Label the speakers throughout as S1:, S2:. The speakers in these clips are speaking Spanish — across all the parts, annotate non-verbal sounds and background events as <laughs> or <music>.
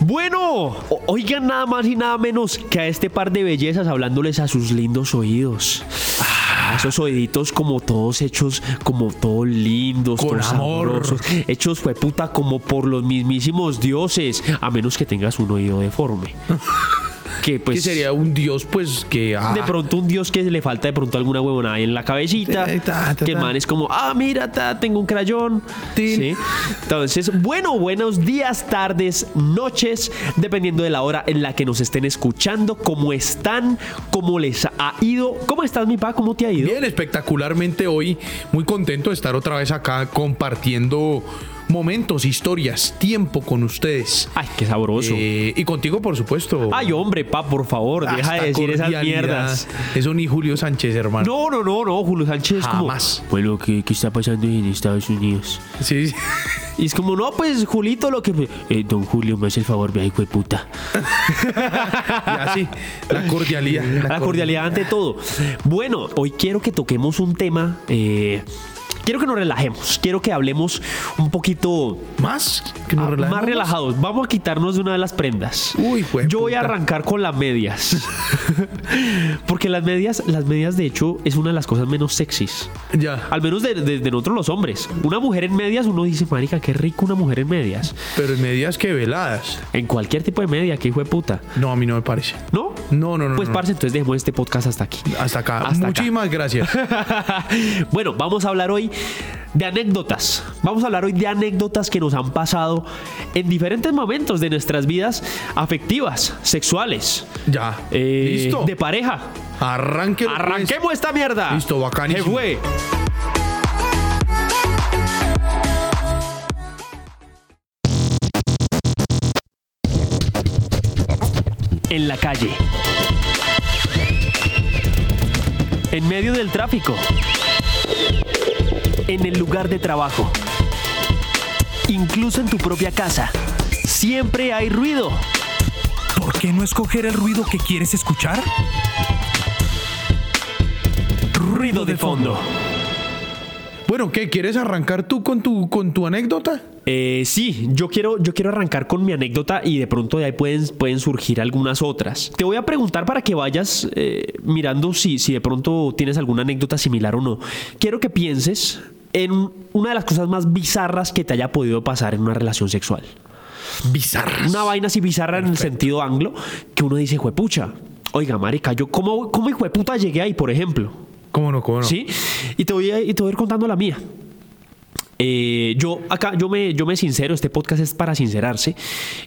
S1: Bueno, o- oigan nada más y nada menos que a este par de bellezas hablándoles a sus lindos oídos. Ah, Esos oíditos como todos hechos, como todos lindos,
S2: Con
S1: todos
S2: amor.
S1: sabrosos, hechos fue puta como por los mismísimos dioses, a menos que tengas un oído
S2: <laughs>
S1: deforme. que pues
S2: que sería un dios, pues, que... ah,
S1: de pronto un dios que le falta de pronto alguna huevonada ahí en la cabecita.
S2: Ta, ta, ta,
S1: que el
S2: ta.
S1: man es como, ah, mira, ta, tengo un crayón.
S2: Tin.
S1: Sí. Entonces, bueno, buenos días, tardes, noches, dependiendo de la hora en la que nos estén escuchando, cómo están, cómo les ha ido. ¿Cómo estás, mi pa? ¿Cómo te ha ido?
S2: Bien, espectacularmente hoy. Muy contento de estar otra vez acá compartiendo momentos, historias, tiempo con ustedes.
S1: Ay, qué sabroso.
S2: Eh, y contigo, por supuesto.
S1: Ay, hombre, pa, por favor, deja de
S2: Hasta
S1: decir esas
S2: cordialidad.
S1: mierdas.
S2: Eso ni Julio Sánchez, hermano.
S1: No, no, no, no, Julio Sánchez es como.
S2: Jamás.
S1: Bueno, ¿qué, ¿qué está pasando en Estados Unidos?
S2: Sí, sí.
S1: Y es como, no, pues Julito, lo que. Eh, don Julio, me hace el favor, vea, hijo de puta.
S2: Ya, sí. La cordialidad.
S1: La cordialidad ante todo. Bueno, hoy quiero que toquemos un tema. eh, quiero que nos relajemos. Quiero que hablemos un poquito.
S2: Más que nos
S1: ah,
S2: relajemos.
S1: Más relajados, vamos a quitarnos de una de las prendas.
S2: Uy, jue-
S1: Yo voy a
S2: puta.
S1: arrancar con las medias.
S2: <laughs>
S1: Porque las medias, las medias de hecho es una de las cosas menos sexys.
S2: Ya.
S1: Al menos de, de- de nosotros los hombres. Una mujer en medias, uno dice, marica, qué rico una mujer en medias.
S2: Pero en medidas que veladas.
S1: En cualquier tipo de media, qué hijo de puta.
S2: No, a mí no me parece.
S1: ¿No?
S2: No, no, no.
S1: Pues,
S2: no.
S1: parce, entonces dejemos este podcast hasta aquí. <laughs>
S2: Hasta acá.
S1: Hasta acá.
S2: Muchísimas gracias.
S1: bueno, vamos a hablar hoy de anécdotas. Vamos a hablar hoy de anécdotas que nos han pasado en diferentes momentos de nuestras vidas afectivas, sexuales.
S2: Ya.
S1: eh,
S2: Listo.
S1: De pareja.
S2: Arranque.
S1: Arranquemos esta mierda.
S2: Pues. Listo, bacanísimo.
S1: Se fue. En la calle. En medio del tráfico. En el lugar de trabajo. Incluso en tu propia casa. Siempre hay ruido.
S3: ¿Por qué no escoger el ruido que quieres escuchar?
S1: Ruido de fondo.
S2: Bueno, ¿qué? ¿Quieres arrancar tú con tu, con tu anécdota?
S1: Eh, sí, yo quiero, yo quiero arrancar con mi anécdota y de pronto de ahí pueden, pueden surgir algunas otras. Te voy a preguntar para que vayas eh, mirando si, si de pronto tienes alguna anécdota similar o no. Quiero que pienses en una de las cosas más bizarras que te haya podido pasar en una relación sexual.
S2: Bizarras.
S1: Una vaina así bizarra en el sentido anglo que uno dice, juepucha, oiga, marica, yo cómo, cómo hijueputa llegué ahí, por ejemplo.
S2: ¿Cómo no? ¿Cómo
S1: <laughs>
S2: no?
S1: ¿Sí? Y te voy a, y te voy a ir contando la mía. Eh, yo acá, yo me, yo me sincero, este podcast es para sincerarse.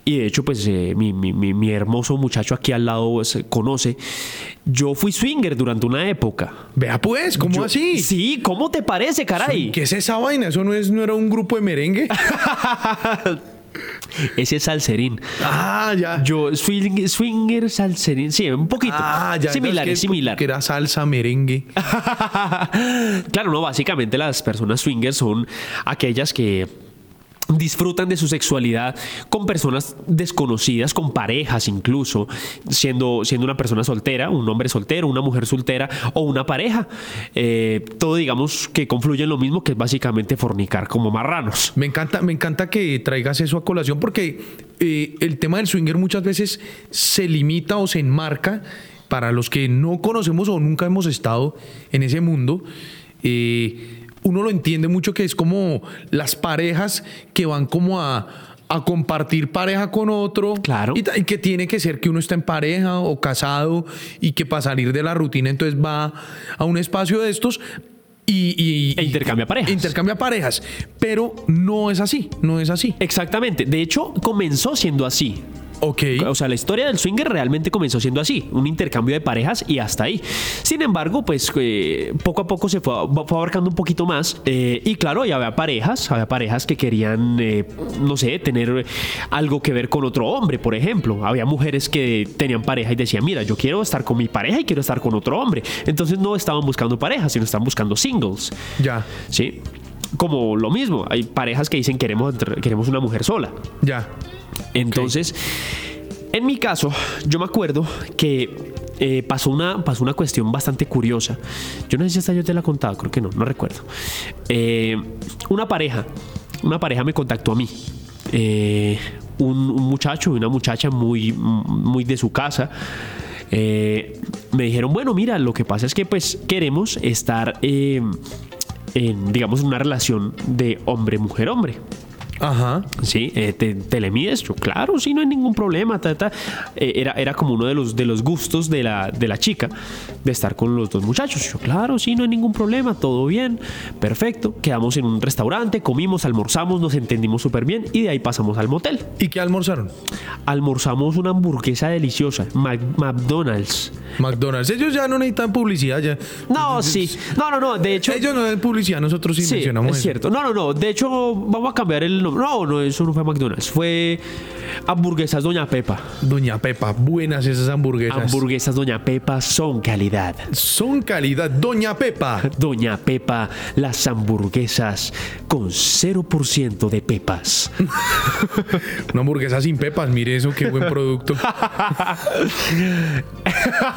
S1: Y de hecho, pues eh, mi, mi- mi- mi hermoso muchacho aquí al lado pues, conoce. Yo fui swinger durante una época.
S2: Vea pues, ¿cómo
S1: Yo-
S2: así?
S1: Sí, ¿cómo te parece, caray?
S2: ¿Qué es esa vaina? ¿Eso no, es, no era un grupo
S1: <laughs>
S2: de merengue?
S1: Ese es salserín.
S2: ah, ya.
S1: Yo, swing- swinger, salserín, sí, un poquito.
S2: Ah, ya.
S1: similar,
S2: es
S1: es similar.
S2: Que era salsa, merengue.
S1: <laughs> claro, no, básicamente las personas swingers son aquellas que disfrutan de su sexualidad con personas desconocidas, con parejas incluso, siendo, siendo una persona soltera, un hombre soltero, una mujer soltera o una pareja. Eh, todo digamos que confluye en lo mismo que es básicamente fornicar como marranos.
S2: Pues Me encanta, me encanta que traigas eso a colación porque eh, el tema del swinger muchas veces se limita o se enmarca para los que no conocemos o nunca hemos estado en ese mundo. eh, uno lo entiende mucho que es como las parejas que van como a, a compartir pareja con otro.
S1: Claro.
S2: Y, ta- y que tiene que ser que uno está en pareja o casado y que para salir de la rutina entonces va a un espacio de estos. Y, y-
S1: E intercambia parejas.
S2: Intercambia parejas. Pero no es así, no es así.
S1: Exactamente, de hecho comenzó siendo así.
S2: Ok.
S1: O sea, la historia del swinger realmente comenzó siendo así, un intercambio de parejas y hasta ahí. Sin embargo, pues eh, poco a poco se fue, fue abarcando un poquito más. eh, y claro, ya había parejas, había parejas que querían, eh, no sé, tener algo que ver con otro hombre, por ejemplo. Había mujeres que tenían pareja y decían, mira, yo quiero estar con mi pareja y quiero estar con otro hombre. Entonces no estaban buscando parejas, sino estaban buscando singles.
S2: Ya,
S1: ¿Sí? Como lo mismo, hay parejas que dicen queremos, queremos una mujer sola.
S2: ya.
S1: Entonces, en mi caso, yo me acuerdo que eh, pasó, una, pasó una cuestión bastante curiosa. Yo no sé si esta yo te la contaba, creo que no, no recuerdo. Eh, una pareja, una pareja me contactó a mí. Eh, un, un muchacho y una muchacha muy, muy de su casa. eh, me dijeron, bueno, mira, lo que pasa es que pues queremos estar eh, en, digamos, una relación de hombre-mujer-hombre.
S2: Ajá.
S1: Sí, eh, te, te le mides, yo, claro, sí, no hay ningún problema. ta, ta. Eh, era, era como uno de los, de los gustos de la, de la chica de estar con los dos muchachos. Yo, claro, sí, no hay ningún problema, todo bien, perfecto. Quedamos en un restaurante, comimos, almorzamos, nos entendimos súper bien y de ahí pasamos al motel.
S2: ¿Y qué almorzaron?
S1: Almorzamos una hamburguesa deliciosa, Mac- McDonald's.
S2: McDonald's. Ellos ya no necesitan publicidad. Ya.
S1: No, sí, no, no, no, de hecho.
S2: Ellos no dan publicidad, nosotros sí,
S1: Sí,
S2: Eh, mencionamos
S1: es
S2: eso.
S1: cierto. No, no, no. De hecho, vamos a cambiar el nombre. No, no, eso no fue McDonald's. Fue Hamburguesas Doña Pepa.
S2: Doña Pepa, buenas esas hamburguesas.
S1: Hamburguesas Doña Pepa son calidad.
S2: Son calidad. Doña Pepa.
S1: Doña Pepa, las hamburguesas con 0% de pepas.
S2: Una hamburguesa sin pepas, mire eso, qué buen
S1: <laughs>
S2: producto.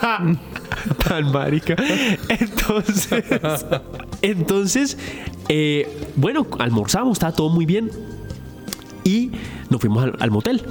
S1: Tan marica. Entonces, entonces eh, bueno, almorzamos, estaba todo muy bien. Y nos fuimos al, al motel.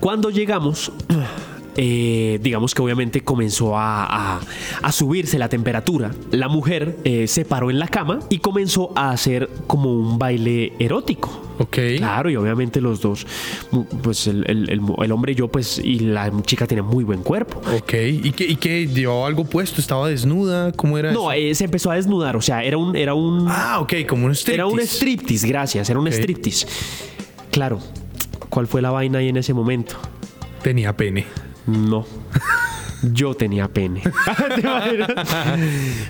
S1: Cuando llegamos, <clears throat> eh, digamos que obviamente comenzó a, a- a subirse la temperatura. La mujer eh, se paró en la cama y comenzó a hacer como un baile erótico.
S2: ok.
S1: Claro, y obviamente los dos, mu- pues el, el- el mu- el hombre y yo, pues, y la chica tenía muy buen cuerpo.
S2: Ok. ¿Y qué, ¿Y qué? ¿Llevaba algo puesto? ¿Estaba desnuda? ¿Cómo era
S1: No,
S2: eso?
S1: eh, se empezó a desnudar, o sea, era un, era un,
S2: Ah, ok, como un striptease.
S1: era un striptease, gracias, era un
S2: Ok.
S1: striptease. Claro, ¿cuál fue la vaina ahí en ese momento?
S2: Tenía pene.
S1: No, yo tenía
S2: <laughs>
S1: pene. ¿Te imaginas?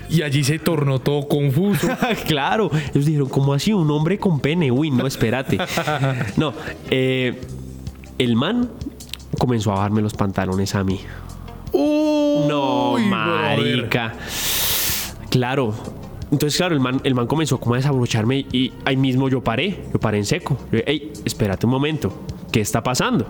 S2: Y allí se tornó todo confuso.
S1: claro, ellos dijeron, ¿cómo así? Un hombre con pene, uy, no, espérate.
S2: <laughs>
S1: No, eh, el man comenzó a bajarme los pantalones a mí.
S2: Uy,
S1: No,
S2: brother.
S1: marica. Claro. Entonces, claro, el man, el man comenzó como a desabrocharme y ahí mismo yo paré, yo paré en seco. Yo, Ey, espérate un momento, ¿qué está pasando?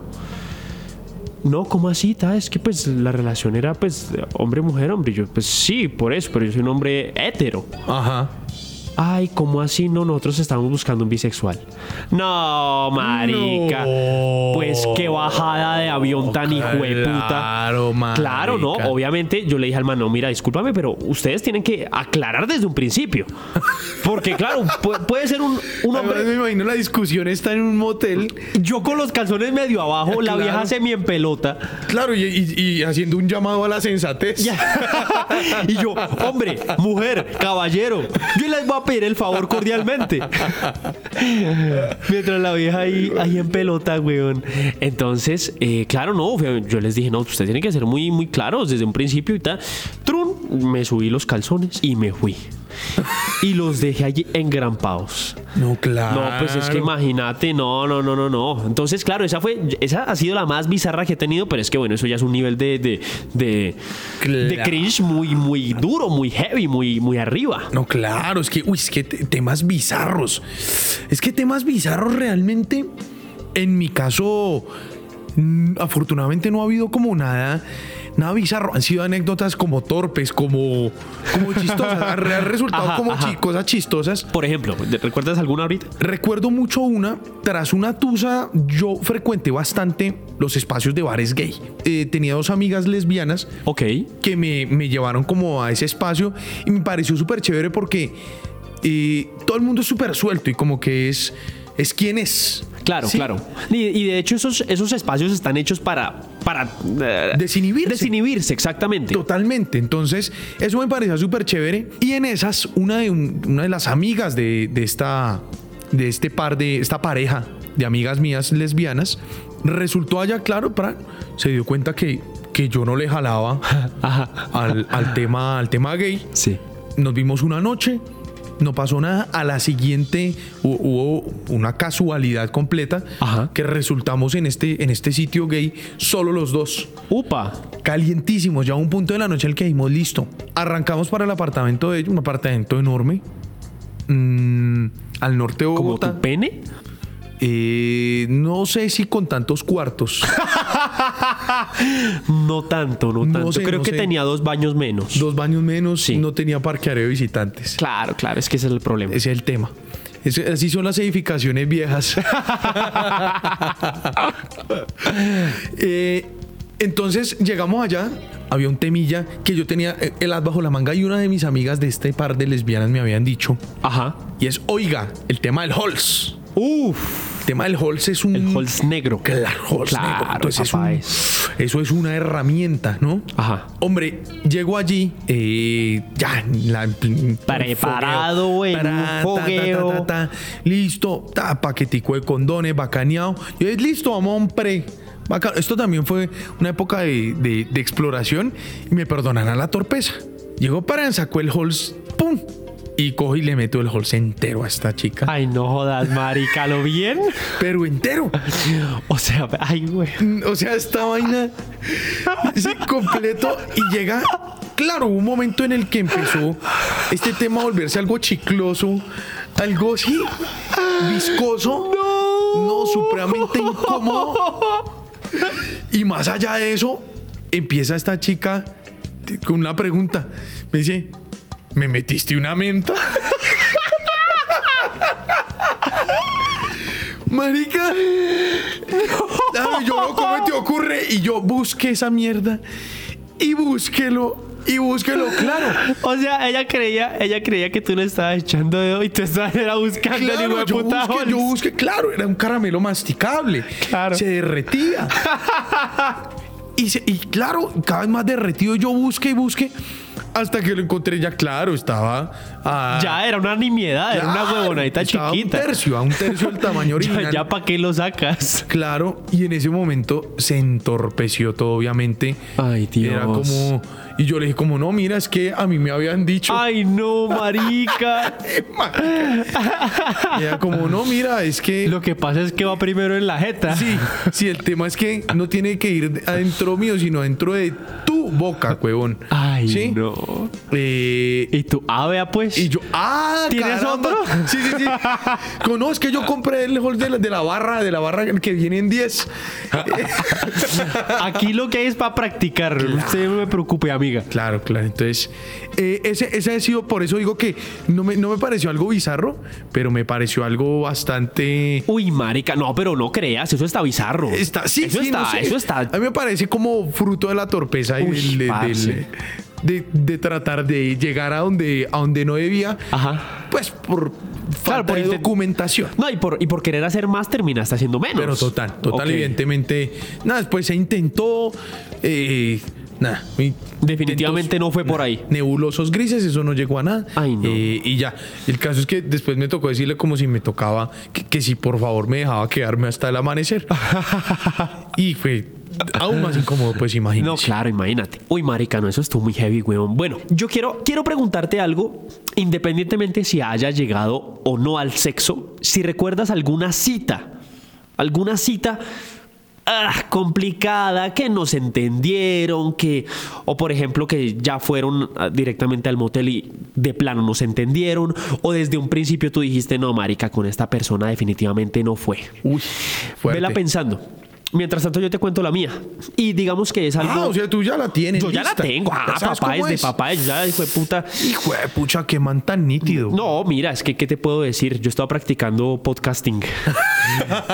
S1: No, ¿cómo así? ta? Es que pues la relación era pues hombre-mujer, hombre. Yo, pues sí, por eso, pero yo soy un hombre hétero.
S2: Ajá.
S1: Ay, ¿cómo así? No, nosotros estábamos buscando un bisexual. No, marica.
S2: No.
S1: Pues qué bajada de avión tan
S2: Claro,
S1: hijueputa.
S2: marica.
S1: Claro, no. Obviamente, yo le dije al man, no, mira, discúlpame, pero ustedes tienen que aclarar desde un principio. Porque, claro, pu- puede ser un, un
S2: Ahora me
S1: hombre.
S2: imagino la discusión está en un motel.
S1: Yo con los calzones medio abajo, la
S2: Claro.
S1: vieja semi en pelota.
S2: Claro, y, y- y haciendo un llamado a la sensatez.
S1: y yo, hombre, mujer, caballero, yo les voy a pedir el favor cordialmente. Mientras la vieja ahí, ahí en pelota, weón. Entonces, eh, claro, no, fue- yo les dije, no, ustedes tienen que ser muy, muy claros desde un principio y tal. Trun, me subí los calzones y me fui. Y los dejé allí engrampados.
S2: No, claro.
S1: No, pues es que imagínate, no, no, no, no, no. Entonces, claro, esa fue, esa ha sido la más bizarra que he tenido, pero es que bueno, eso ya es un nivel de, de, de, de
S2: Claro.
S1: cringe muy, muy duro, muy heavy, muy, muy arriba.
S2: No, claro, es que, uy, es que te- temas bizarros. Es que temas bizarros realmente, en mi caso, mm, afortunadamente no ha habido como nada, nada bizarro. Han sido anécdotas como torpes, como, como
S1: <laughs>
S2: chistosas. Han re- han resultado
S1: Ajá,
S2: como
S1: ajá.
S2: chi- cosas chistosas.
S1: Por ejemplo, ¿te- ¿recuerdas alguna ahorita?
S2: Recuerdo mucho una, tras una tusa yo frecuenté bastante los espacios de bares gay. Eh, tenía dos amigas lesbianas
S1: Ok.
S2: que me, me llevaron como a ese espacio y me pareció súper chévere porque eh, todo el mundo es súper suelto y como que es, es quien es.
S1: Claro,
S2: Sí,
S1: claro. Y, y de hecho esos, esos espacios están hechos para... para eh,
S2: Desinhibirse.
S1: Desinhibirse, exactamente.
S2: Totalmente. Entonces, eso me parecía súper chévere. Y en esas, una de, un- una de las amigas de, de esta, de este par de esta pareja de amigas mías lesbianas, resultó allá, claro, para, se dio cuenta que, que yo no le
S1: <laughs>
S2: jalaba
S1: Ajá.
S2: al, al tema, al tema gay.
S1: Sí.
S2: Nos vimos una noche, no pasó nada. A la siguiente hu- hubo una casualidad completa
S1: Ajá.
S2: que resultamos en este, en este sitio gay solo los dos
S1: Upa.
S2: calientísimos, ya a un punto de la noche en el que dijimos, listo, arrancamos para el apartamento de ellos, un apartamento enorme, mm, al norte de
S1: ¿Como
S2: Bogotá.
S1: tu pene?
S2: Eh, no sé si con
S1: <laughs>
S2: tantos cuartos,
S1: No tanto, no
S2: No
S1: tanto.
S2: sé,
S1: Creo
S2: no
S1: que
S2: sé.
S1: tenía dos baños menos.
S2: dos baños menos,
S1: Sí.
S2: no tenía parqueadero de visitantes.
S1: Claro, claro, es que ese es el problema.
S2: Ese es el tema. Es- así son las edificaciones viejas. <laughs> Eh, entonces llegamos allá, había un temilla que yo tenía eh, el as bajo la manga y una de mis amigas de este par de lesbianas me habían dicho.
S1: Ajá.
S2: Y es, oiga, el tema del Halls.
S1: Uf.
S2: El tema del Halls es un...
S1: El Halls negro.
S2: Claro, Halls
S1: Claro,
S2: negro. Entonces
S1: papá,
S2: es un- eso es una herramienta, ¿no?
S1: Ajá.
S2: Hombre, llego allí, eh, ya, la-
S1: Preparado,
S2: fogueo.
S1: güey, un fogueo.
S2: listo, ta, paquetico de condones, bacaneado. Y es listo, vamos a un pre. Bacano. Esto también fue una época de, de- de exploración y me perdonará la torpeza. Llegó para, sacó el Halls, ¡pum! Y cojo y le meto el Halls entero a esta chica.
S1: Ay, no jodas, marica, ¿lo bien?
S2: Pero entero.
S1: O sea, ay, güey.
S2: <laughs> O sea, esta vaina es completo y llega. Claro, hubo un momento en el que empezó este tema a volverse algo chicloso, algo así, viscoso, no, supremamente incómodo. Y más allá de eso, empieza esta chica con una pregunta. Me dice, ¿me metiste una menta? <laughs> Marica, Claro, yo no, ¿cómo te ocurre? Y yo busqué esa mierda y búsquelo y búsquelo,
S1: <laughs>
S2: claro.
S1: O sea, ella creía, ella creía que tú le estabas echando dedo y tú estabas era buscando el hijo
S2: Claro,
S1: de
S2: yo
S1: puta
S2: busqué, yo
S1: Halls.
S2: busqué, claro, era un caramelo masticable.
S1: Claro. <laughs>
S2: Se derretía. y, se- y claro, cada vez más derretido yo busqué y busqué hasta que lo encontré ya, claro, estaba a,
S1: Ya era una nimiedad, era una
S2: Claro,
S1: huevonadita
S2: estaba
S1: chiquita.
S2: A un tercio, a un
S1: <laughs>
S2: tercio del tamaño
S1: Ya,
S2: original.
S1: ya para qué lo sacas.
S2: Claro, y en ese momento se entorpeció todo, obviamente.
S1: Ay, Dios.
S2: Era como. Y yo le dije, como, no, mira, es que a mí me habían dicho. <laughs>
S1: Ay, no, marica.
S2: Y Era como, no, mira, es que.
S1: Lo que pasa es que va primero en la jeta.
S2: Sí, sí, el tema es que no tiene que ir adentro mío, sino adentro de tu boca, huevón.
S1: Ay,
S2: ¿Sí?
S1: no.
S2: Eh,
S1: Y tu ah, vea pues.
S2: y yo, ah,
S1: ¿Tienes
S2: caramba.
S1: otro?
S2: Sí, sí,
S1: <laughs>
S2: sí. Como, no, es que yo compré el hall de la, de la barra, de la barra que viene en 10.
S1: Aquí lo que hay es para practicar. Usted no me preocupe, amiga.
S2: Claro, claro. Entonces, eh, ese, ese ha sido, por eso digo que no me, no me pareció algo bizarro, pero me pareció algo bastante.
S1: Uy, marica, no, pero no creas, eso está bizarro.
S2: Está, sí,
S1: eso
S2: sí,
S1: está,
S2: no sé.
S1: eso está.
S2: A mí me parece como fruto de la torpeza y
S1: Uy,
S2: del- del-
S1: parce.
S2: de, de tratar de llegar a donde, a donde no debía.
S1: Ajá.
S2: Pues por falta
S1: por
S2: de
S1: inten-
S2: documentación.
S1: No, y por, y por querer hacer más terminaste haciendo menos.
S2: Pero total, total,
S1: Ok.
S2: evidentemente. Nada, después se intentó. eh, nada. muy-
S1: Definitivamente no fue por ahí.
S2: nebulosos grises, eso no llegó a nada.
S1: Ay, no.
S2: Eh, y ya, el caso es que después me tocó decirle como si me tocaba, que, que si por favor me dejaba quedarme hasta el
S1: <laughs>
S2: amanecer. y fue aún más incómodo, pues imagínate.
S1: No, claro, imagínate. Uy, marica, no, eso estuvo muy heavy, weón. Bueno, yo quiero, quiero preguntarte algo, independientemente si haya llegado o no al sexo, si recuerdas alguna cita, alguna cita ah, complicada, que no se entendieron, que, o por ejemplo, que ya fueron ah, directamente al motel y de plano no se entendieron, o desde un principio tú dijiste, no, marica, con esta persona definitivamente no fue.
S2: Uy, fuerte.
S1: Vela pensando. Mientras tanto, yo te cuento la mía. Y digamos que es algo.
S2: Ah, o sea, tú ya la tienes.
S1: Yo ya la
S2: lista.
S1: tengo. Ah,
S2: Ya sabes
S1: papá
S2: cómo
S1: es de
S2: es.
S1: papá es ya, hijo de puta.
S2: Hijo de pucha, qué man tan nítido.
S1: No, mira, es que, ¿qué te puedo decir? Yo estaba practicando podcasting.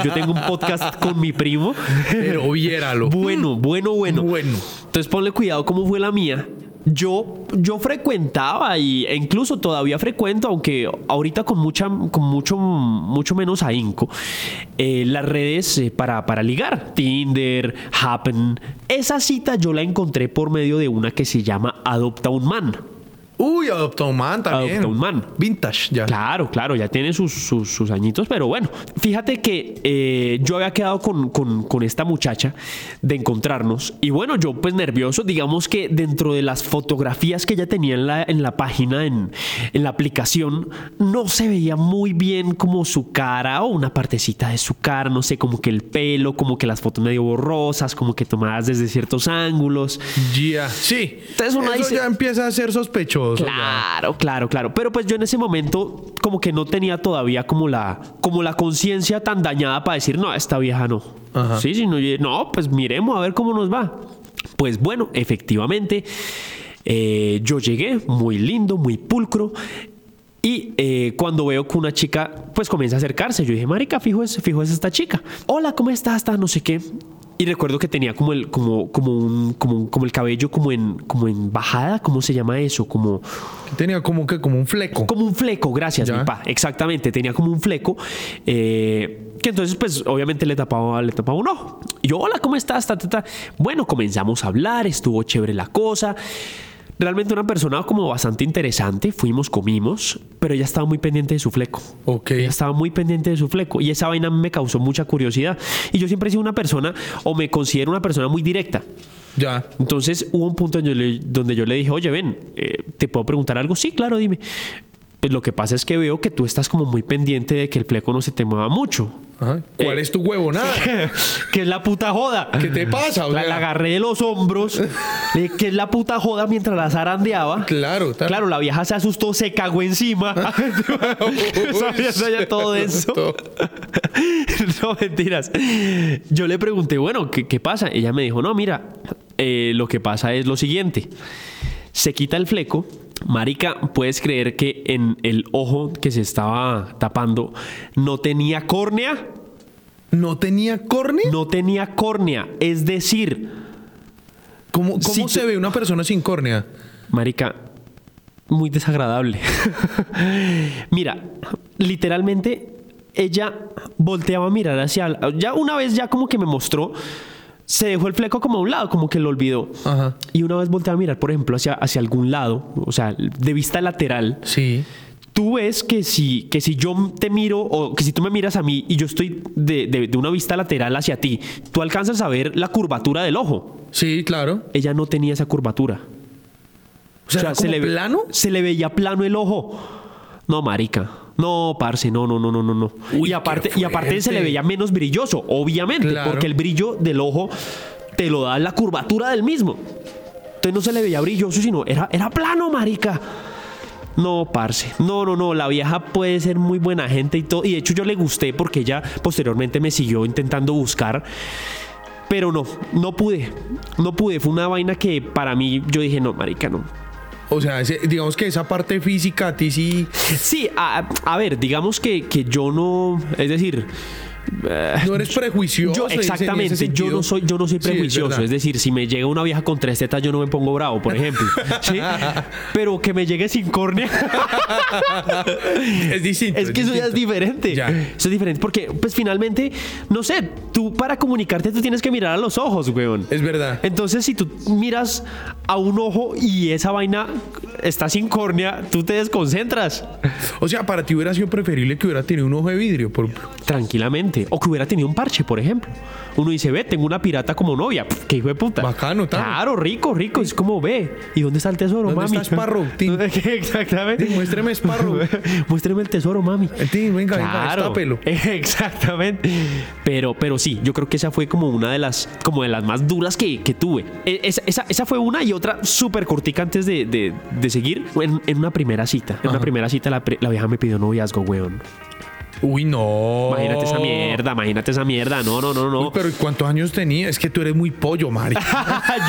S1: Yo tengo un podcast con mi primo.
S2: Pero viéralo.
S1: Bueno, bueno, bueno.
S2: Mm, Bueno.
S1: Entonces ponle cuidado cómo fue la mía. Yo, yo frecuentaba y, e incluso todavía frecuento, aunque ahorita con, mucha, con mucho, mucho menos ahínco, eh, las redes eh, para, para ligar. Tinder, Happen. Esa cita yo la encontré por medio de una que se llama Adopta un Man.
S2: Uy, adoptó un man también.
S1: Adopta un man.
S2: Vintage, ya.
S1: Claro, claro, ya tiene sus, sus, sus añitos, pero bueno, fíjate que eh, yo había quedado con, con- con esta muchacha de encontrarnos y bueno, yo pues nervioso, digamos que dentro de las fotografías que ella tenía en la, en la página, en, en la aplicación, no se veía muy bien como su cara o una partecita de su cara, no sé, como que el pelo, como que las fotos medio borrosas, como que tomadas desde ciertos ángulos.
S2: Ya. Sí.
S1: Entonces uno
S2: Eso
S1: dice-
S2: ya empieza a ser sospechoso. ya.
S1: Claro, claro, claro. Pero pues yo en ese momento como que no tenía todavía como la, como la conciencia tan dañada para decir, no, esta vieja no.
S2: Ajá.
S1: Sí, sí, no, yo- no, pues miremos a ver cómo nos va. Pues bueno, efectivamente, eh, yo llegué muy lindo, muy pulcro. Y eh, cuando veo que una chica pues comienza a acercarse, yo dije, marica, fijo es, fijo es esta chica. Hola, ¿cómo estás? Está no sé qué. Y recuerdo que tenía como el, como, como un, como, un- como el cabello como en, como en bajada, ¿cómo se llama eso? Como,
S2: Tenía como que como un fleco.
S1: como un fleco, gracias,
S2: Ya.
S1: mi pa. Exactamente, tenía como un fleco. eh, que entonces, pues, obviamente le tapaba, le tapaba un ojo. Y yo, hola, ¿cómo estás? Ta, ta, ta. Bueno, comenzamos a hablar, estuvo chévere la cosa. Realmente una persona como bastante interesante. Fuimos, comimos, pero ella estaba muy pendiente de su fleco.
S2: Ok.
S1: Ella estaba muy pendiente de su fleco. Y esa vaina me causó mucha curiosidad. Y yo siempre he sido una persona, o me considero una persona muy directa.
S2: Ya.
S1: Entonces hubo un punto en yo le- donde yo le dije, oye, ven, eh, ¿te puedo preguntar algo? Sí, claro, dime. Pues lo que pasa es que veo que tú estás como muy pendiente de que el fleco no se te mueva mucho.
S2: Ajá. ¿Cuál
S1: Eh,
S2: es tu
S1: <laughs>
S2: huevo? Nada.
S1: que es la puta joda.
S2: Ah. ¿Qué te pasa? O
S1: La,
S2: sea-
S1: la agarré de los hombros, le dije, que es la puta joda mientras la zarandeaba.
S2: Claro, ta-
S1: Claro, la vieja se asustó, se cagó encima. <laughs> Esa vieja ya todo denso. <laughs> no, mentiras. Yo le pregunté, bueno, ¿qué, qué pasa? Ella me dijo, no, mira, eh, lo que pasa es lo siguiente. Se quita el fleco. Marica, ¿puedes creer que en el ojo que se estaba tapando no tenía córnea?
S2: ¿No tenía córnea?
S1: No tenía córnea. Es decir,
S2: ¿Cómo, cómo
S1: Sí,
S2: se
S1: tú-
S2: ve una persona sin córnea?
S1: Marica, muy desagradable. <laughs> Mira, literalmente ella volteaba a mirar hacia... al- Ya una vez ya como que me mostró, se dejó el fleco como a un lado, como que lo olvidó.
S2: Ajá.
S1: Y una vez volteaba a mirar, por ejemplo, hacia, hacia algún lado, o sea, de vista lateral,
S2: Sí.
S1: tú ves que si, que si yo te miro o que si tú me miras a mí y yo estoy de, de- de una vista lateral hacia ti, tú alcanzas a ver la curvatura del ojo.
S2: Sí, claro.
S1: Ella no tenía esa curvatura.
S2: O sea, ¿era como
S1: ve-
S2: plano?
S1: Se le veía plano el ojo. No, marica. No, parce, no, no, no, no, no, no.
S2: Uy,
S1: y aparte,
S2: qué
S1: y aparte se le
S2: fuerte.
S1: veía menos brilloso, obviamente,
S2: Claro.
S1: porque el brillo del ojo te lo da la curvatura del mismo. Entonces no se le veía brilloso, sino era, era plano, marica. No, parce. No, no, no. La vieja puede ser muy buena gente y todo. Y de hecho yo le gusté porque ella posteriormente me siguió intentando buscar. Pero no, no pude. No pude. Fue una vaina que para mí yo dije, no, marica, no.
S2: O sea, ese- digamos que esa parte física a
S1: <laughs>
S2: ti sí
S1: Sí, a, a ver, digamos que, que yo no. Es decir,
S2: no eres prejuicioso.
S1: yo,
S2: en ese- en ese
S1: exactamente, yo no
S2: sentido.
S1: soy, yo no soy
S2: Sí, es
S1: prejuicioso.
S2: verdad.
S1: es, decir, si me llega una vieja con tres tetas, yo no me pongo bravo, por ejemplo.
S2: <laughs>
S1: ¿sí? Pero que me llegue sin córnea.
S2: <laughs> Es distinto.
S1: Es que eso ya es
S2: distinto.
S1: diferente.
S2: Ya.
S1: Eso es diferente porque, pues finalmente, no sé, tú para comunicarte tú tienes que mirar a los ojos, weón.
S2: Es verdad.
S1: Entonces, si tú miras a un ojo y esa vaina está sin córnea, tú te desconcentras.
S2: O sea, para ti hubiera sido preferible que hubiera tenido un ojo de vidrio. Por...
S1: Tranquilamente. O que hubiera tenido un parche, por ejemplo. Uno dice, ve, tengo una pirata como novia. Pff, Qué hijo de puta.
S2: Bacano, tal.
S1: Claro, rico, rico. Es como, ve. ¿Y dónde está el tesoro,
S2: ¿Dónde
S1: mami? <laughs>
S2: está Sparrow, Tim?
S1: Exactamente.
S2: Tim, muéstrame
S1: <laughs>
S2: Sparrow.
S1: Muéstrame el tesoro, mami.
S2: Tim, <laughs> venga, venga, destápelo.
S1: <laughs> Exactamente. Pero, pero sí, yo creo que esa fue como una de las, como de las más duras que, que tuve. E- Esa, esa- esa fue una y otra súper cortica antes de, de- de seguir. En, en una primera cita. En una primera cita la, pre- la vieja me pidió noviazgo, weón.
S2: Uy, no.
S1: Imagínate esa mierda, imagínate esa mierda. No, no, no,
S2: Uy,
S1: no.
S2: pero ¿y ¿cuántos años tenía? Es que tú eres muy
S1: <laughs>
S2: pollo, Mari.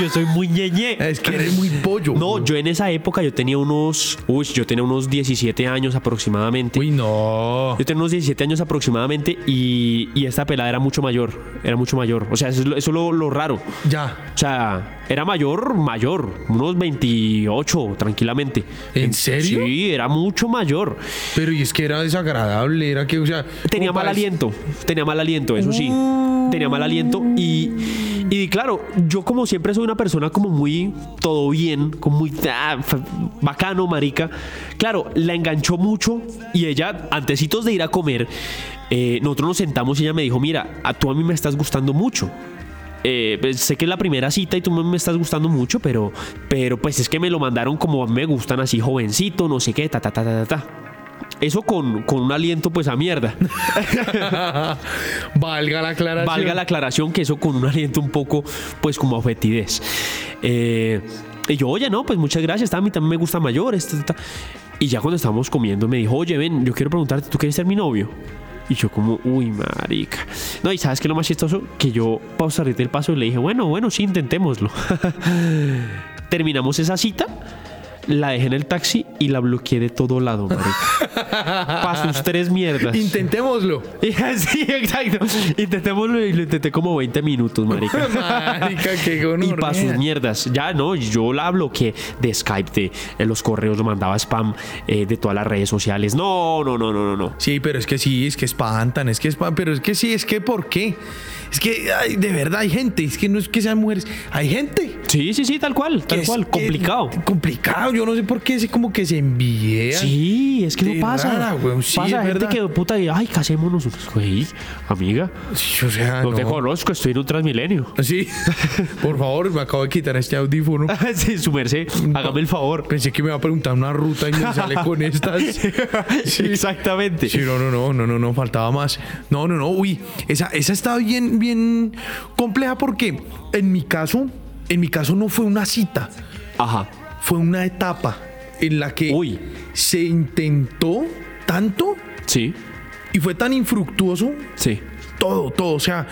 S1: yo soy muy ñeñe.
S2: es que eres muy pollo.
S1: No, yo en esa época yo tenía unos. Uy, yo tenía unos 17 años aproximadamente.
S2: Uy, no.
S1: Yo tenía unos 17 años aproximadamente y, y esta pelada era mucho mayor. Era mucho mayor. O sea, eso es, lo, eso es lo- lo raro.
S2: Ya.
S1: O sea, era mayor, mayor, unos 28 tranquilamente.
S2: ¿En serio?
S1: Sí, era mucho mayor.
S2: Pero y es que era desagradable, era que, o sea...
S1: Tenía
S2: como
S1: mal
S2: para-
S1: aliento, tenía mal aliento, eso sí. Tenía mal aliento y, y claro, yo como siempre soy una persona como muy todo bien, como muy ah, f- bacano, marica. Claro, la enganchó mucho y ella, antecitos de ir a comer, eh, nosotros nos sentamos y ella me dijo, mira, a tú a mí me estás gustando mucho. Eh, pues, sé que es la primera cita y tú me- me estás gustando mucho, pero, pero pues es que me lo mandaron como a mí me gustan así, jovencito, no sé qué, ta, ta, ta, ta, ta. ta. Eso con, con un aliento pues a mierda.
S2: <laughs> Valga la aclaración.
S1: Valga la aclaración que eso con un aliento un poco pues como a fetidez. Eh, y yo, oye, no, pues muchas gracias, ta, a mí también me gusta mayores. ta, ta, ta". Y ya cuando estábamos comiendo me dijo, oye, ven, yo quiero preguntarte, ¿tú quieres ser mi novio? Y yo como, uy, marica. No, y ¿sabes qué es lo más chistoso? Que yo pausarrité el paso y le dije, bueno, bueno, sí, intentémoslo. <laughs> Terminamos esa cita, la dejé en el taxi y la bloqueé de todo lado, marica. Para sus tres
S2: <laughs>
S1: mierdas.
S2: Intentémoslo.
S1: <laughs> sí, exacto. Intentémoslo y lo intenté como 20 minutos,
S2: <laughs>
S1: marica.
S2: Marica, qué gonorrea.
S1: <laughs> Y para sus mierdas. Ya no, yo la bloqueé de Skype, de eh, los correos, lo mandaba spam eh, de todas las redes sociales. No, no, no, no, no, no.
S2: Sí, pero es que sí, es que espantan, es que espantan, pero es que sí, es que ¿por qué? Es que ay, de verdad hay gente, es que no es que sean mujeres, hay gente.
S1: Sí, sí, sí, tal cual,
S2: que
S1: tal
S2: es
S1: cual,
S2: que-
S1: complicado.
S2: Complicado, yo no sé por qué, se como que se envidia.
S1: Sí, es que
S2: de
S1: no pasa.
S2: rara, weón, sí,
S1: pasa
S2: es
S1: gente
S2: verdad.
S1: que puta y ay, casémonos unos, güey, amiga.
S2: Sí, o sea,
S1: No,
S2: no.
S1: te conozco, estoy en un Transmilenio. <laughs>
S2: Sí, por favor, me acabo de quitar este audífono.
S1: sí, su merced, hágame el favor.
S2: Pensé que me iba a preguntar una ruta y me sale
S1: <laughs>
S2: con estas. Sí.
S1: Exactamente.
S2: Sí, no, no, no, no, no, no, faltaba más. No, no, no, uy, esa, esa está bien, bien compleja porque en mi caso, en mi caso no fue una cita,
S1: Ajá.
S2: fue una etapa en la que
S1: Uy.
S2: se intentó tanto
S1: Sí,
S2: y fue tan infructuoso
S1: sí.
S2: todo, todo, o sea,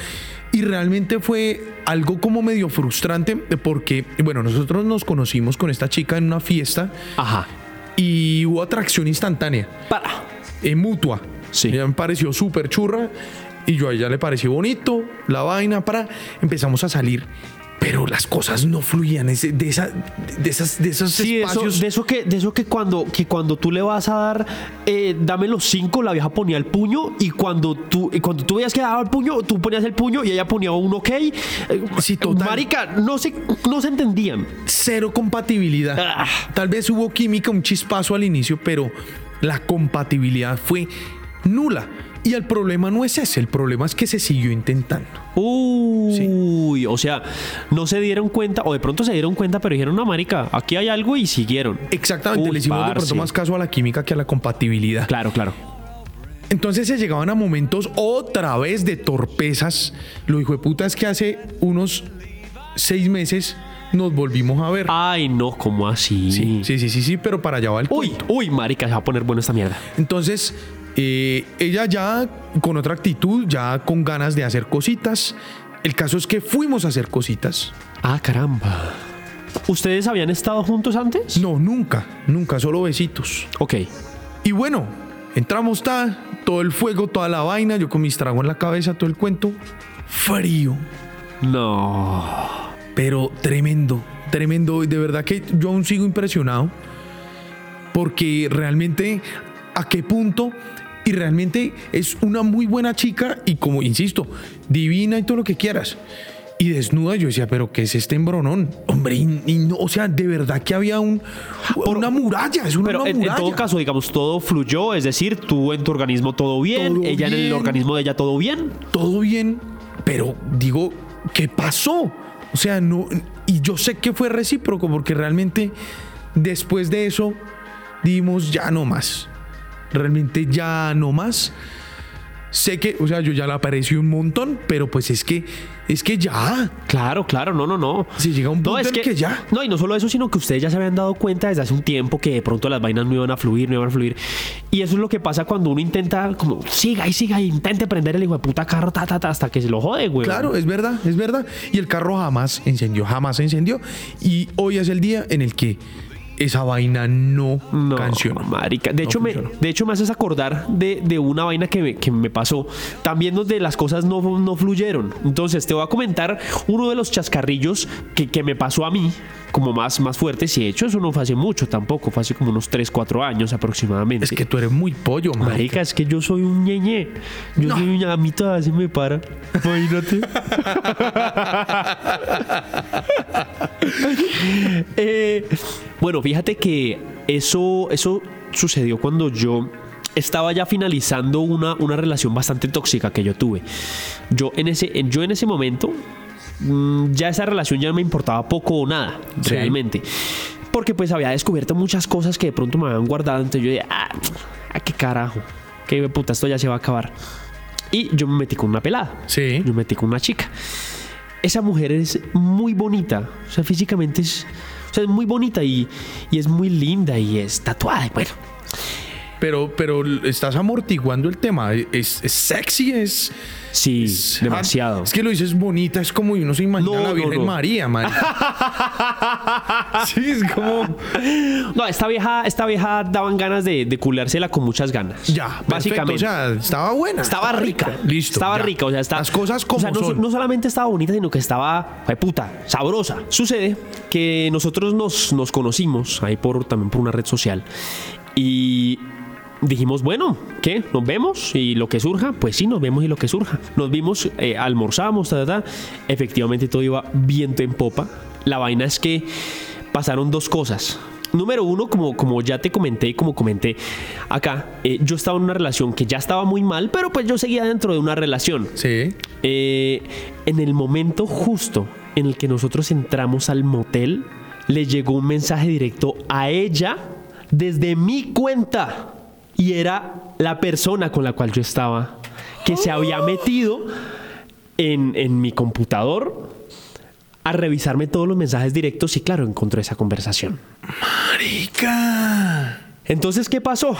S2: y realmente fue algo como medio frustrante porque, bueno, nosotros nos conocimos con esta chica en una fiesta
S1: Ajá.
S2: y hubo atracción instantánea.
S1: Para.
S2: en mutua.
S1: Sí.
S2: Ella me pareció súper churra y yo a ella le pareció bonito, la vaina, para. Empezamos a salir, pero las cosas no fluían. ese- de, esa, de, esas, de esos
S1: Sí, de eso,
S2: espacios.
S1: de eso que, de eso que cuando, que cuando tú le vas a dar, eh, dame los cinco, la vieja ponía el puño y cuando tú, y cuando tú veías que daba el puño, tú ponías el puño y ella ponía un ok. Eh,
S2: Sí, total.
S1: Marica, no se, no se entendían.
S2: Cero compatibilidad.
S1: Ah.
S2: Tal vez hubo química, un chispazo al inicio, pero la compatibilidad fue nula. Y el problema no es ese, el problema es que se siguió intentando.
S1: Uy, o sea, no se dieron cuenta, o de pronto se dieron cuenta, pero dijeron, no, marica, aquí hay algo y siguieron.
S2: Exactamente,
S1: Uy,
S2: le hicimos de
S1: parce.
S2: pronto más caso a la química que a la compatibilidad.
S1: Claro, claro.
S2: Entonces se llegaban a momentos otra vez de torpezas. Lo hijo de puta es que hace unos seis meses nos volvimos a ver.
S1: Ay, no, ¿cómo así?
S2: Sí, sí, sí, sí, sí, pero para allá va el
S1: Uy,
S2: cuento.
S1: uy, marica, se va a poner bueno esta mierda.
S2: Entonces, eh, ella ya con otra actitud, ya con ganas de hacer cositas. El caso es que fuimos a hacer cositas.
S1: Ah, caramba. ¿Ustedes habían estado juntos antes?
S2: No, nunca, nunca, solo besitos.
S1: Ok.
S2: Y bueno, entramos, ta, todo el fuego, toda la vaina, yo con mis tragos en la cabeza, todo el cuento. Frío,
S1: No.
S2: pero tremendo, tremendo. Y de verdad que yo aún sigo impresionado porque realmente a qué punto y realmente es una muy buena chica y como insisto, divina y todo lo que quieras. Y desnuda, yo decía, pero ¿qué es este embronón? Hombre, y, y no, o sea, de verdad que había un, una muralla, es una,
S1: Pero
S2: una
S1: en, en
S2: muralla.
S1: todo caso, digamos, todo fluyó, es decir, tú en tu organismo todo bien,
S2: Todo
S1: ella en el
S2: bien.
S1: organismo de ella todo bien.
S2: todo bien, pero digo, ¿qué pasó? O sea, no. Y yo sé que fue recíproco, porque realmente después de eso dimos ya no más. Realmente ya no más. Sé que, o sea, yo ya la aparecí un montón, pero pues es que, es que ya.
S1: Claro, claro, no, no, no.
S2: Si llega un punto
S1: es
S2: en que ya.
S1: No, y no solo eso, sino que ustedes ya se habían dado cuenta desde hace un tiempo que de pronto las vainas no iban a fluir, no iban a fluir. Y eso es lo que pasa cuando uno intenta, como, siga y siga, y intente prender el hijo de puta carro, ta, ta, ta, hasta que se lo jode, güey.
S2: Claro, es verdad, es verdad. Y el carro jamás encendió, jamás se encendió. Y hoy es el día en el que esa vaina no,
S1: No,
S2: cancionó.
S1: marica. De,
S2: No
S1: hecho, me,
S2: funcionó.
S1: de hecho, me haces acordar de, de una vaina que me, que me pasó. También donde las cosas no, no fluyeron. Entonces, te voy a comentar uno de los chascarrillos que, que me pasó a mí, como más, más fuerte. Si he hecho, eso no fue hace mucho tampoco. Fue hace como unos 3, 4 años aproximadamente.
S2: Es que tú eres muy pollo, marica.
S1: Marica, es que yo soy un ñeñe. Yo soy un ñamito, así me
S2: <laughs>
S1: para. Imagínate. <laughs> Eh, bueno, fíjate que eso, eso sucedió cuando yo estaba ya finalizando una, una relación bastante tóxica que yo tuve. Yo en ese, en- yo en ese momento, mm, ya esa relación ya me importaba poco o nada,
S2: Sí.
S1: realmente. Porque pues había descubierto muchas cosas que de pronto me habían guardado. Entonces yo dije, ah, ah, qué carajo. Qué puta, esto ya se va a acabar. Y yo me metí con una pelada.
S2: Sí.
S1: Yo me metí con una chica. Esa mujer es muy bonita. O sea, físicamente es, o sea, es muy bonita y, y es muy linda y es tatuada. y Bueno,
S2: pero, pero estás amortiguando el tema. E-, Es, es sexy, es.
S1: Sí,
S2: es-
S1: demasiado.
S2: Es que lo dices bonita, es como uno se imagina
S1: No,
S2: a la
S1: no,
S2: Virgen
S1: no. <laughs>
S2: María, man. sí, <laughs> es como.
S1: No, esta vieja, esta vieja daban ganas de, de culársela con muchas ganas.
S2: Ya, perfecto,
S1: básicamente.
S2: O sea, estaba buena.
S1: Estaba rica.
S2: Listo.
S1: Estaba
S2: ya.
S1: rica. O sea, está-
S2: Las cosas como
S1: o sea, no,
S2: son.
S1: no solamente estaba bonita, sino que estaba, ay, puta, sabrosa. Sucede que nosotros nos, nos conocimos ahí por, también por una red social y dijimos, bueno, ¿qué? Nos vemos y lo que surja, pues sí, nos vemos y lo que surja. Nos vimos, eh, almorzamos, ta, ta, ta. Efectivamente todo iba viento en popa. La vaina es que pasaron dos cosas. Número uno, como, como ya te comenté y como comenté acá, eh, yo estaba en una relación que ya estaba muy mal, pero pues yo seguía dentro de una relación.
S2: Sí.
S1: Eh, en el momento justo en el que nosotros entramos al motel, le llegó un mensaje directo a ella desde mi cuenta. Y era la persona con la cual yo estaba, que se había metido en, en mi computador a revisarme todos los mensajes directos y claro, encontró esa conversación.
S2: Marica.
S1: Entonces, ¿qué pasó?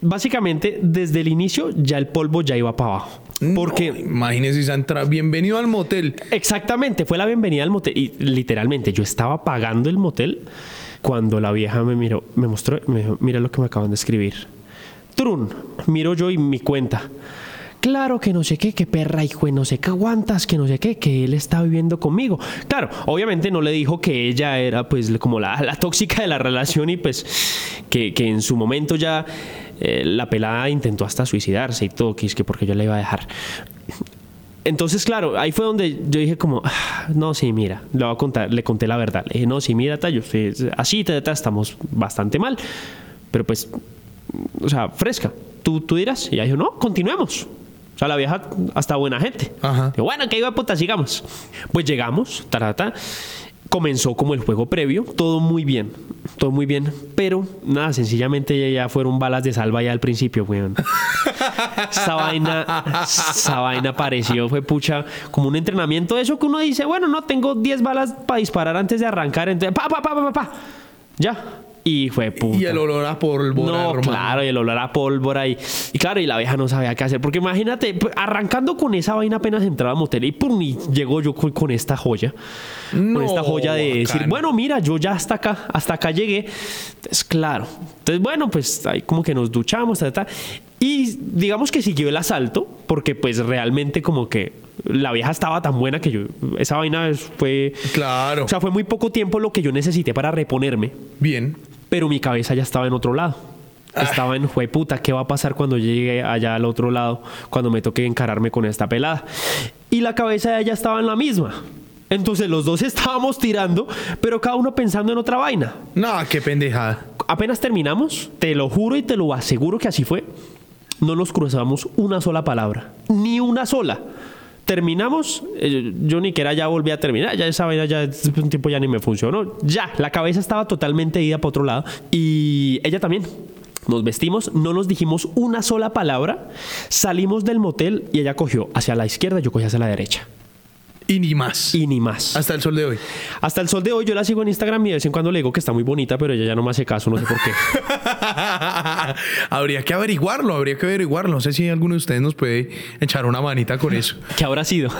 S1: Básicamente, desde el inicio ya el polvo ya iba para abajo. Porque...
S2: No, imagínese esa entrada. Bienvenido al motel.
S1: Exactamente, fue la bienvenida al motel. Y literalmente, yo estaba pagando el motel cuando la vieja me miró, me mostró, me dijo, mira lo que me acaban de escribir. Trun, miro yo y mi cuenta. Claro que no sé qué, que perra, hijo, de no sé qué aguantas, que no sé qué, que él está viviendo conmigo. Claro, obviamente no le dijo que ella era pues como la, la tóxica de la relación y pues que, que en su momento ya eh, la pelada intentó hasta suicidarse y todo, que es que porque yo la iba a dejar. Entonces, claro, ahí fue donde yo dije como, "Ah, no, sí, mira, le voy a contar, le conté la verdad. Le dije, no, sí, mira, tal, yo estoy así, ta, ta, ta, estamos bastante mal. Pero pues, o sea, fresca, tú, tú dirás. Y ella dijo, no, continuemos. O sea, la vieja hasta buena gente.
S2: Ajá.
S1: Dije, bueno, que iba de puta, sigamos. Pues llegamos, tarata. Comenzó como el juego previo, todo muy bien, todo muy bien, pero nada, sencillamente ya fueron balas de salva ya al principio, weón. Esa vaina, esa vaina pareció, fue pucha, como un entrenamiento de eso que uno dice, bueno, no, tengo 10 balas para disparar antes de arrancar, entonces, pa, pa, pa, pa, pa, pa. Ya. Y fue puta.
S2: Y el olor a polvo.
S1: No, claro, y el olor a pólvora y, y claro, y la vieja no sabía qué hacer, porque imagínate, p- arrancando con esa vaina apenas entraba a motel y pum, y llegó yo con, con esta joya,
S2: No,
S1: con esta joya de decir,
S2: bacano.
S1: bueno, mira, yo ya hasta acá, hasta acá llegué, entonces claro, entonces bueno, pues ahí como que nos duchamos, ta, ta, ta. y digamos que siguió el asalto, porque pues realmente como que la vieja estaba tan buena que yo, esa vaina es- fue...
S2: Claro.
S1: O sea, fue muy poco tiempo lo que yo necesité para reponerme
S2: Bien.
S1: pero mi cabeza ya estaba en otro lado. Estaba en jueputa, ¿qué va a pasar cuando llegue allá al otro lado? Cuando me toque encararme con esta pelada. Y la cabeza de ella estaba en la misma. Entonces los dos estábamos tirando, pero cada uno pensando en otra vaina.
S2: No, qué pendejada.
S1: Apenas terminamos, te lo juro y te lo aseguro que así fue. No nos cruzamos una sola palabra, ni una sola. Terminamos, eh, yo ni que era ya volví a terminar, ya esa vaina ya después de un tiempo ya ni me funcionó. Ya, la cabeza estaba totalmente ida para otro lado y ella también. Nos vestimos, no nos dijimos una sola palabra, salimos del motel y ella cogió hacia la izquierda, yo cogí hacia la derecha.
S2: Y ni más.
S1: Y ni más.
S2: Hasta el sol de hoy.
S1: Hasta el sol de hoy yo la sigo en Instagram y de vez en cuando le digo que está muy bonita, pero ella ya no me hace caso, no sé por qué.
S2: <laughs> habría que averiguarlo, habría que averiguarlo. No sé si alguno de ustedes nos puede echar una manita con eso.
S1: ¿Qué habrá sido?
S2: <laughs>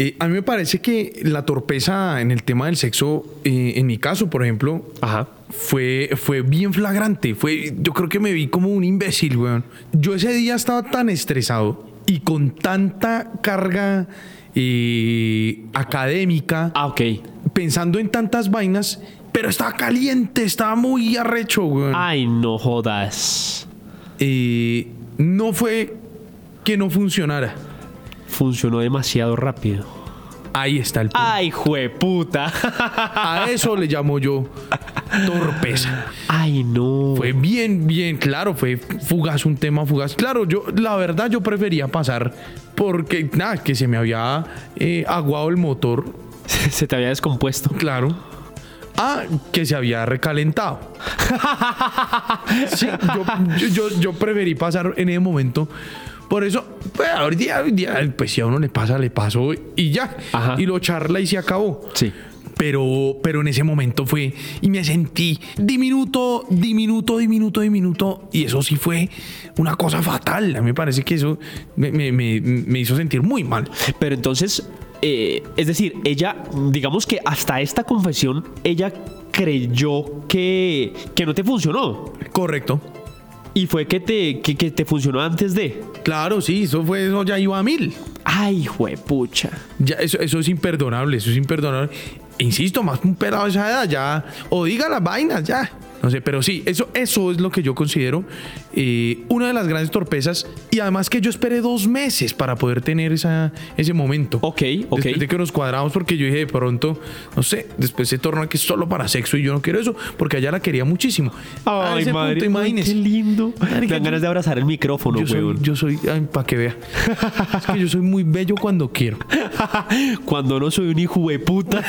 S2: Eh, a mí me parece que la torpeza en el tema del sexo, eh, en mi caso, por ejemplo,
S1: Ajá.
S2: fue, fue bien flagrante. Fue, yo creo que me vi como un imbécil, weón. Yo ese día estaba tan estresado y con tanta carga eh, académica,
S1: Ah, ok.
S2: pensando en tantas vainas, pero estaba caliente, estaba muy arrecho, weón.
S1: Ay, no jodas.
S2: Eh, no fue que no funcionara.
S1: Funcionó demasiado rápido.
S2: Ahí está el punto.
S1: Ay, jueputa. <laughs>
S2: A eso le llamo yo torpeza.
S1: Ay, no.
S2: Fue bien, bien, claro, fue fugaz, un tema fugaz. Claro, yo, la verdad, yo prefería pasar porque, nada, que se me había eh, aguado el motor,
S1: <laughs> Se te había descompuesto.
S2: claro, a que se había recalentado. Sí, yo, yo, yo- yo preferí pasar en ese momento. Por eso, pues, hoy día, hoy día, pues si a uno le pasa, le pasó y ya.
S1: Ajá.
S2: Y lo charla y se acabó.
S1: Sí.
S2: Pero, pero en ese momento fue y me sentí diminuto, diminuto, diminuto, diminuto. Y eso sí fue una cosa fatal. A mí me parece que eso me, me- me- me hizo sentir muy mal.
S1: Pero entonces, eh, es decir, ella, digamos que hasta esta confesión, ella creyó que, que no te funcionó.
S2: Correcto.
S1: Y fue que te, que, que te funcionó antes de.
S2: Claro, sí, eso fue, eso ya iba a mil.
S1: Ay, juepucha.
S2: Ya, eso, eso es imperdonable, eso es imperdonable. Insisto, más un pelado de esa edad, ya. O diga las vainas, ya. No sé, pero sí, eso, eso es lo que yo considero eh, una de las grandes torpezas. Y además que yo esperé dos meses para poder tener esa, ese momento.
S1: Ok, ok.
S2: Después de que nos cuadramos, porque yo dije de pronto, no sé, después se torna que es solo para sexo y yo no quiero eso, porque allá la quería muchísimo. A ese punto,
S1: ay,
S2: imagínese.
S1: qué lindo.
S2: Marica,
S1: Me dan
S2: yo-
S1: ganas de abrazar el micrófono,
S2: Yo soy,
S1: weón.
S2: yo soy, para que vea. es que yo soy muy bello cuando
S1: <laughs>
S2: quiero.
S1: Cuando no soy un hijo de puta.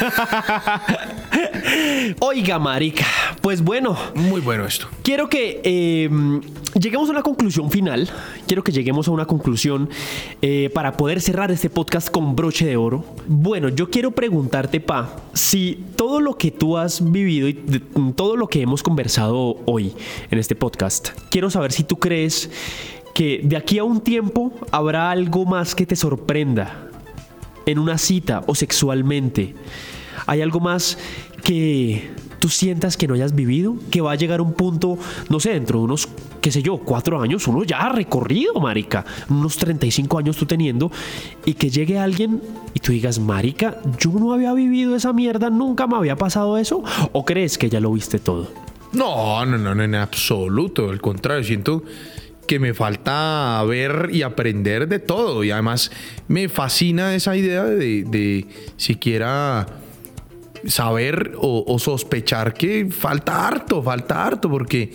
S1: <laughs> Oiga, marica. Pues bueno,
S2: Muy bueno esto.
S1: Quiero que eh, lleguemos a una conclusión final. Quiero que lleguemos a una conclusión eh, para poder cerrar este podcast con broche de oro. Bueno, yo quiero preguntarte, Pa, si todo lo que tú has vivido y de- todo lo que hemos conversado hoy en este podcast, quiero saber si tú crees que de aquí a un tiempo habrá algo más que te sorprenda en una cita o sexualmente, ¿hay algo más que tú sientas que no hayas vivido? Que va a llegar un punto, no sé, dentro de unos, qué sé yo, cuatro años, uno ya ha recorrido, marica, unos 35 años tú teniendo, y que llegue alguien y tú digas, marica, yo no había vivido esa mierda, nunca me había pasado eso, o crees que ya lo viste todo?
S2: No, no, no, no, en absoluto. Al contrario, siento que me falta ver y aprender de todo. Y además me fascina esa idea de, de siquiera saber o, o sospechar que falta harto, falta harto, porque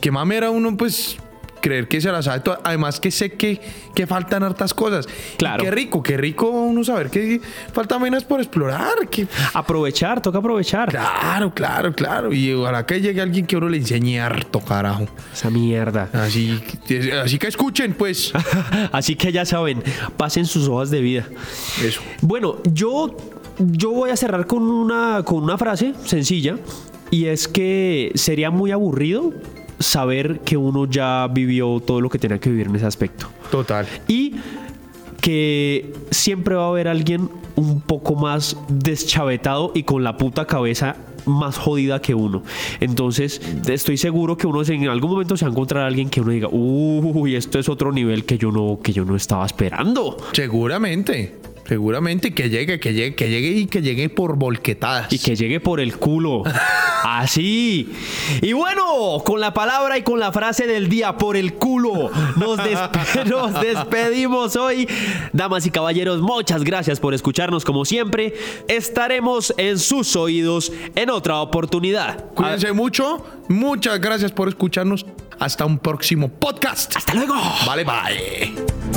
S2: que mamera uno pues creer que se la sabe toda. Además que sé que, que faltan hartas cosas. Y
S1: Claro.
S2: qué rico, qué rico uno saber que falta menos por explorar, que
S1: Aprovechar, toca aprovechar.
S2: Claro, claro, claro. Y ojalá que llegue alguien que uno le enseñe harto, carajo.
S1: Esa mierda. <laughs>
S2: Así, así que escuchen, pues.
S1: Ah. Así que ya saben, pasen sus hojas de vida.
S2: Eso.
S1: Bueno, yo, yo voy a cerrar con una, con una frase sencilla y es que sería muy aburrido saber que uno ya vivió todo lo que tenía que vivir en ese aspecto
S2: Total.
S1: y que siempre va a haber alguien un poco más deschavetado y con la puta cabeza más jodida que uno. Entonces, estoy seguro que uno se- en algún momento se va a encontrar a alguien que uno diga, uy, esto es otro nivel que yo no, que yo no estaba esperando.
S2: Seguramente. Seguramente que llegue, que llegue, que llegue y que llegue por volquetadas.
S1: Y que llegue por el culo. Así. Y bueno, con la palabra y con la frase del día, por el culo, nos, despe- <laughs> nos despedimos hoy. Damas y caballeros, muchas gracias por escucharnos como siempre. Estaremos en sus oídos en otra oportunidad.
S2: Cuídense mucho. Muchas gracias por escucharnos. Hasta un próximo podcast.
S1: Hasta luego.
S2: Vale, bye.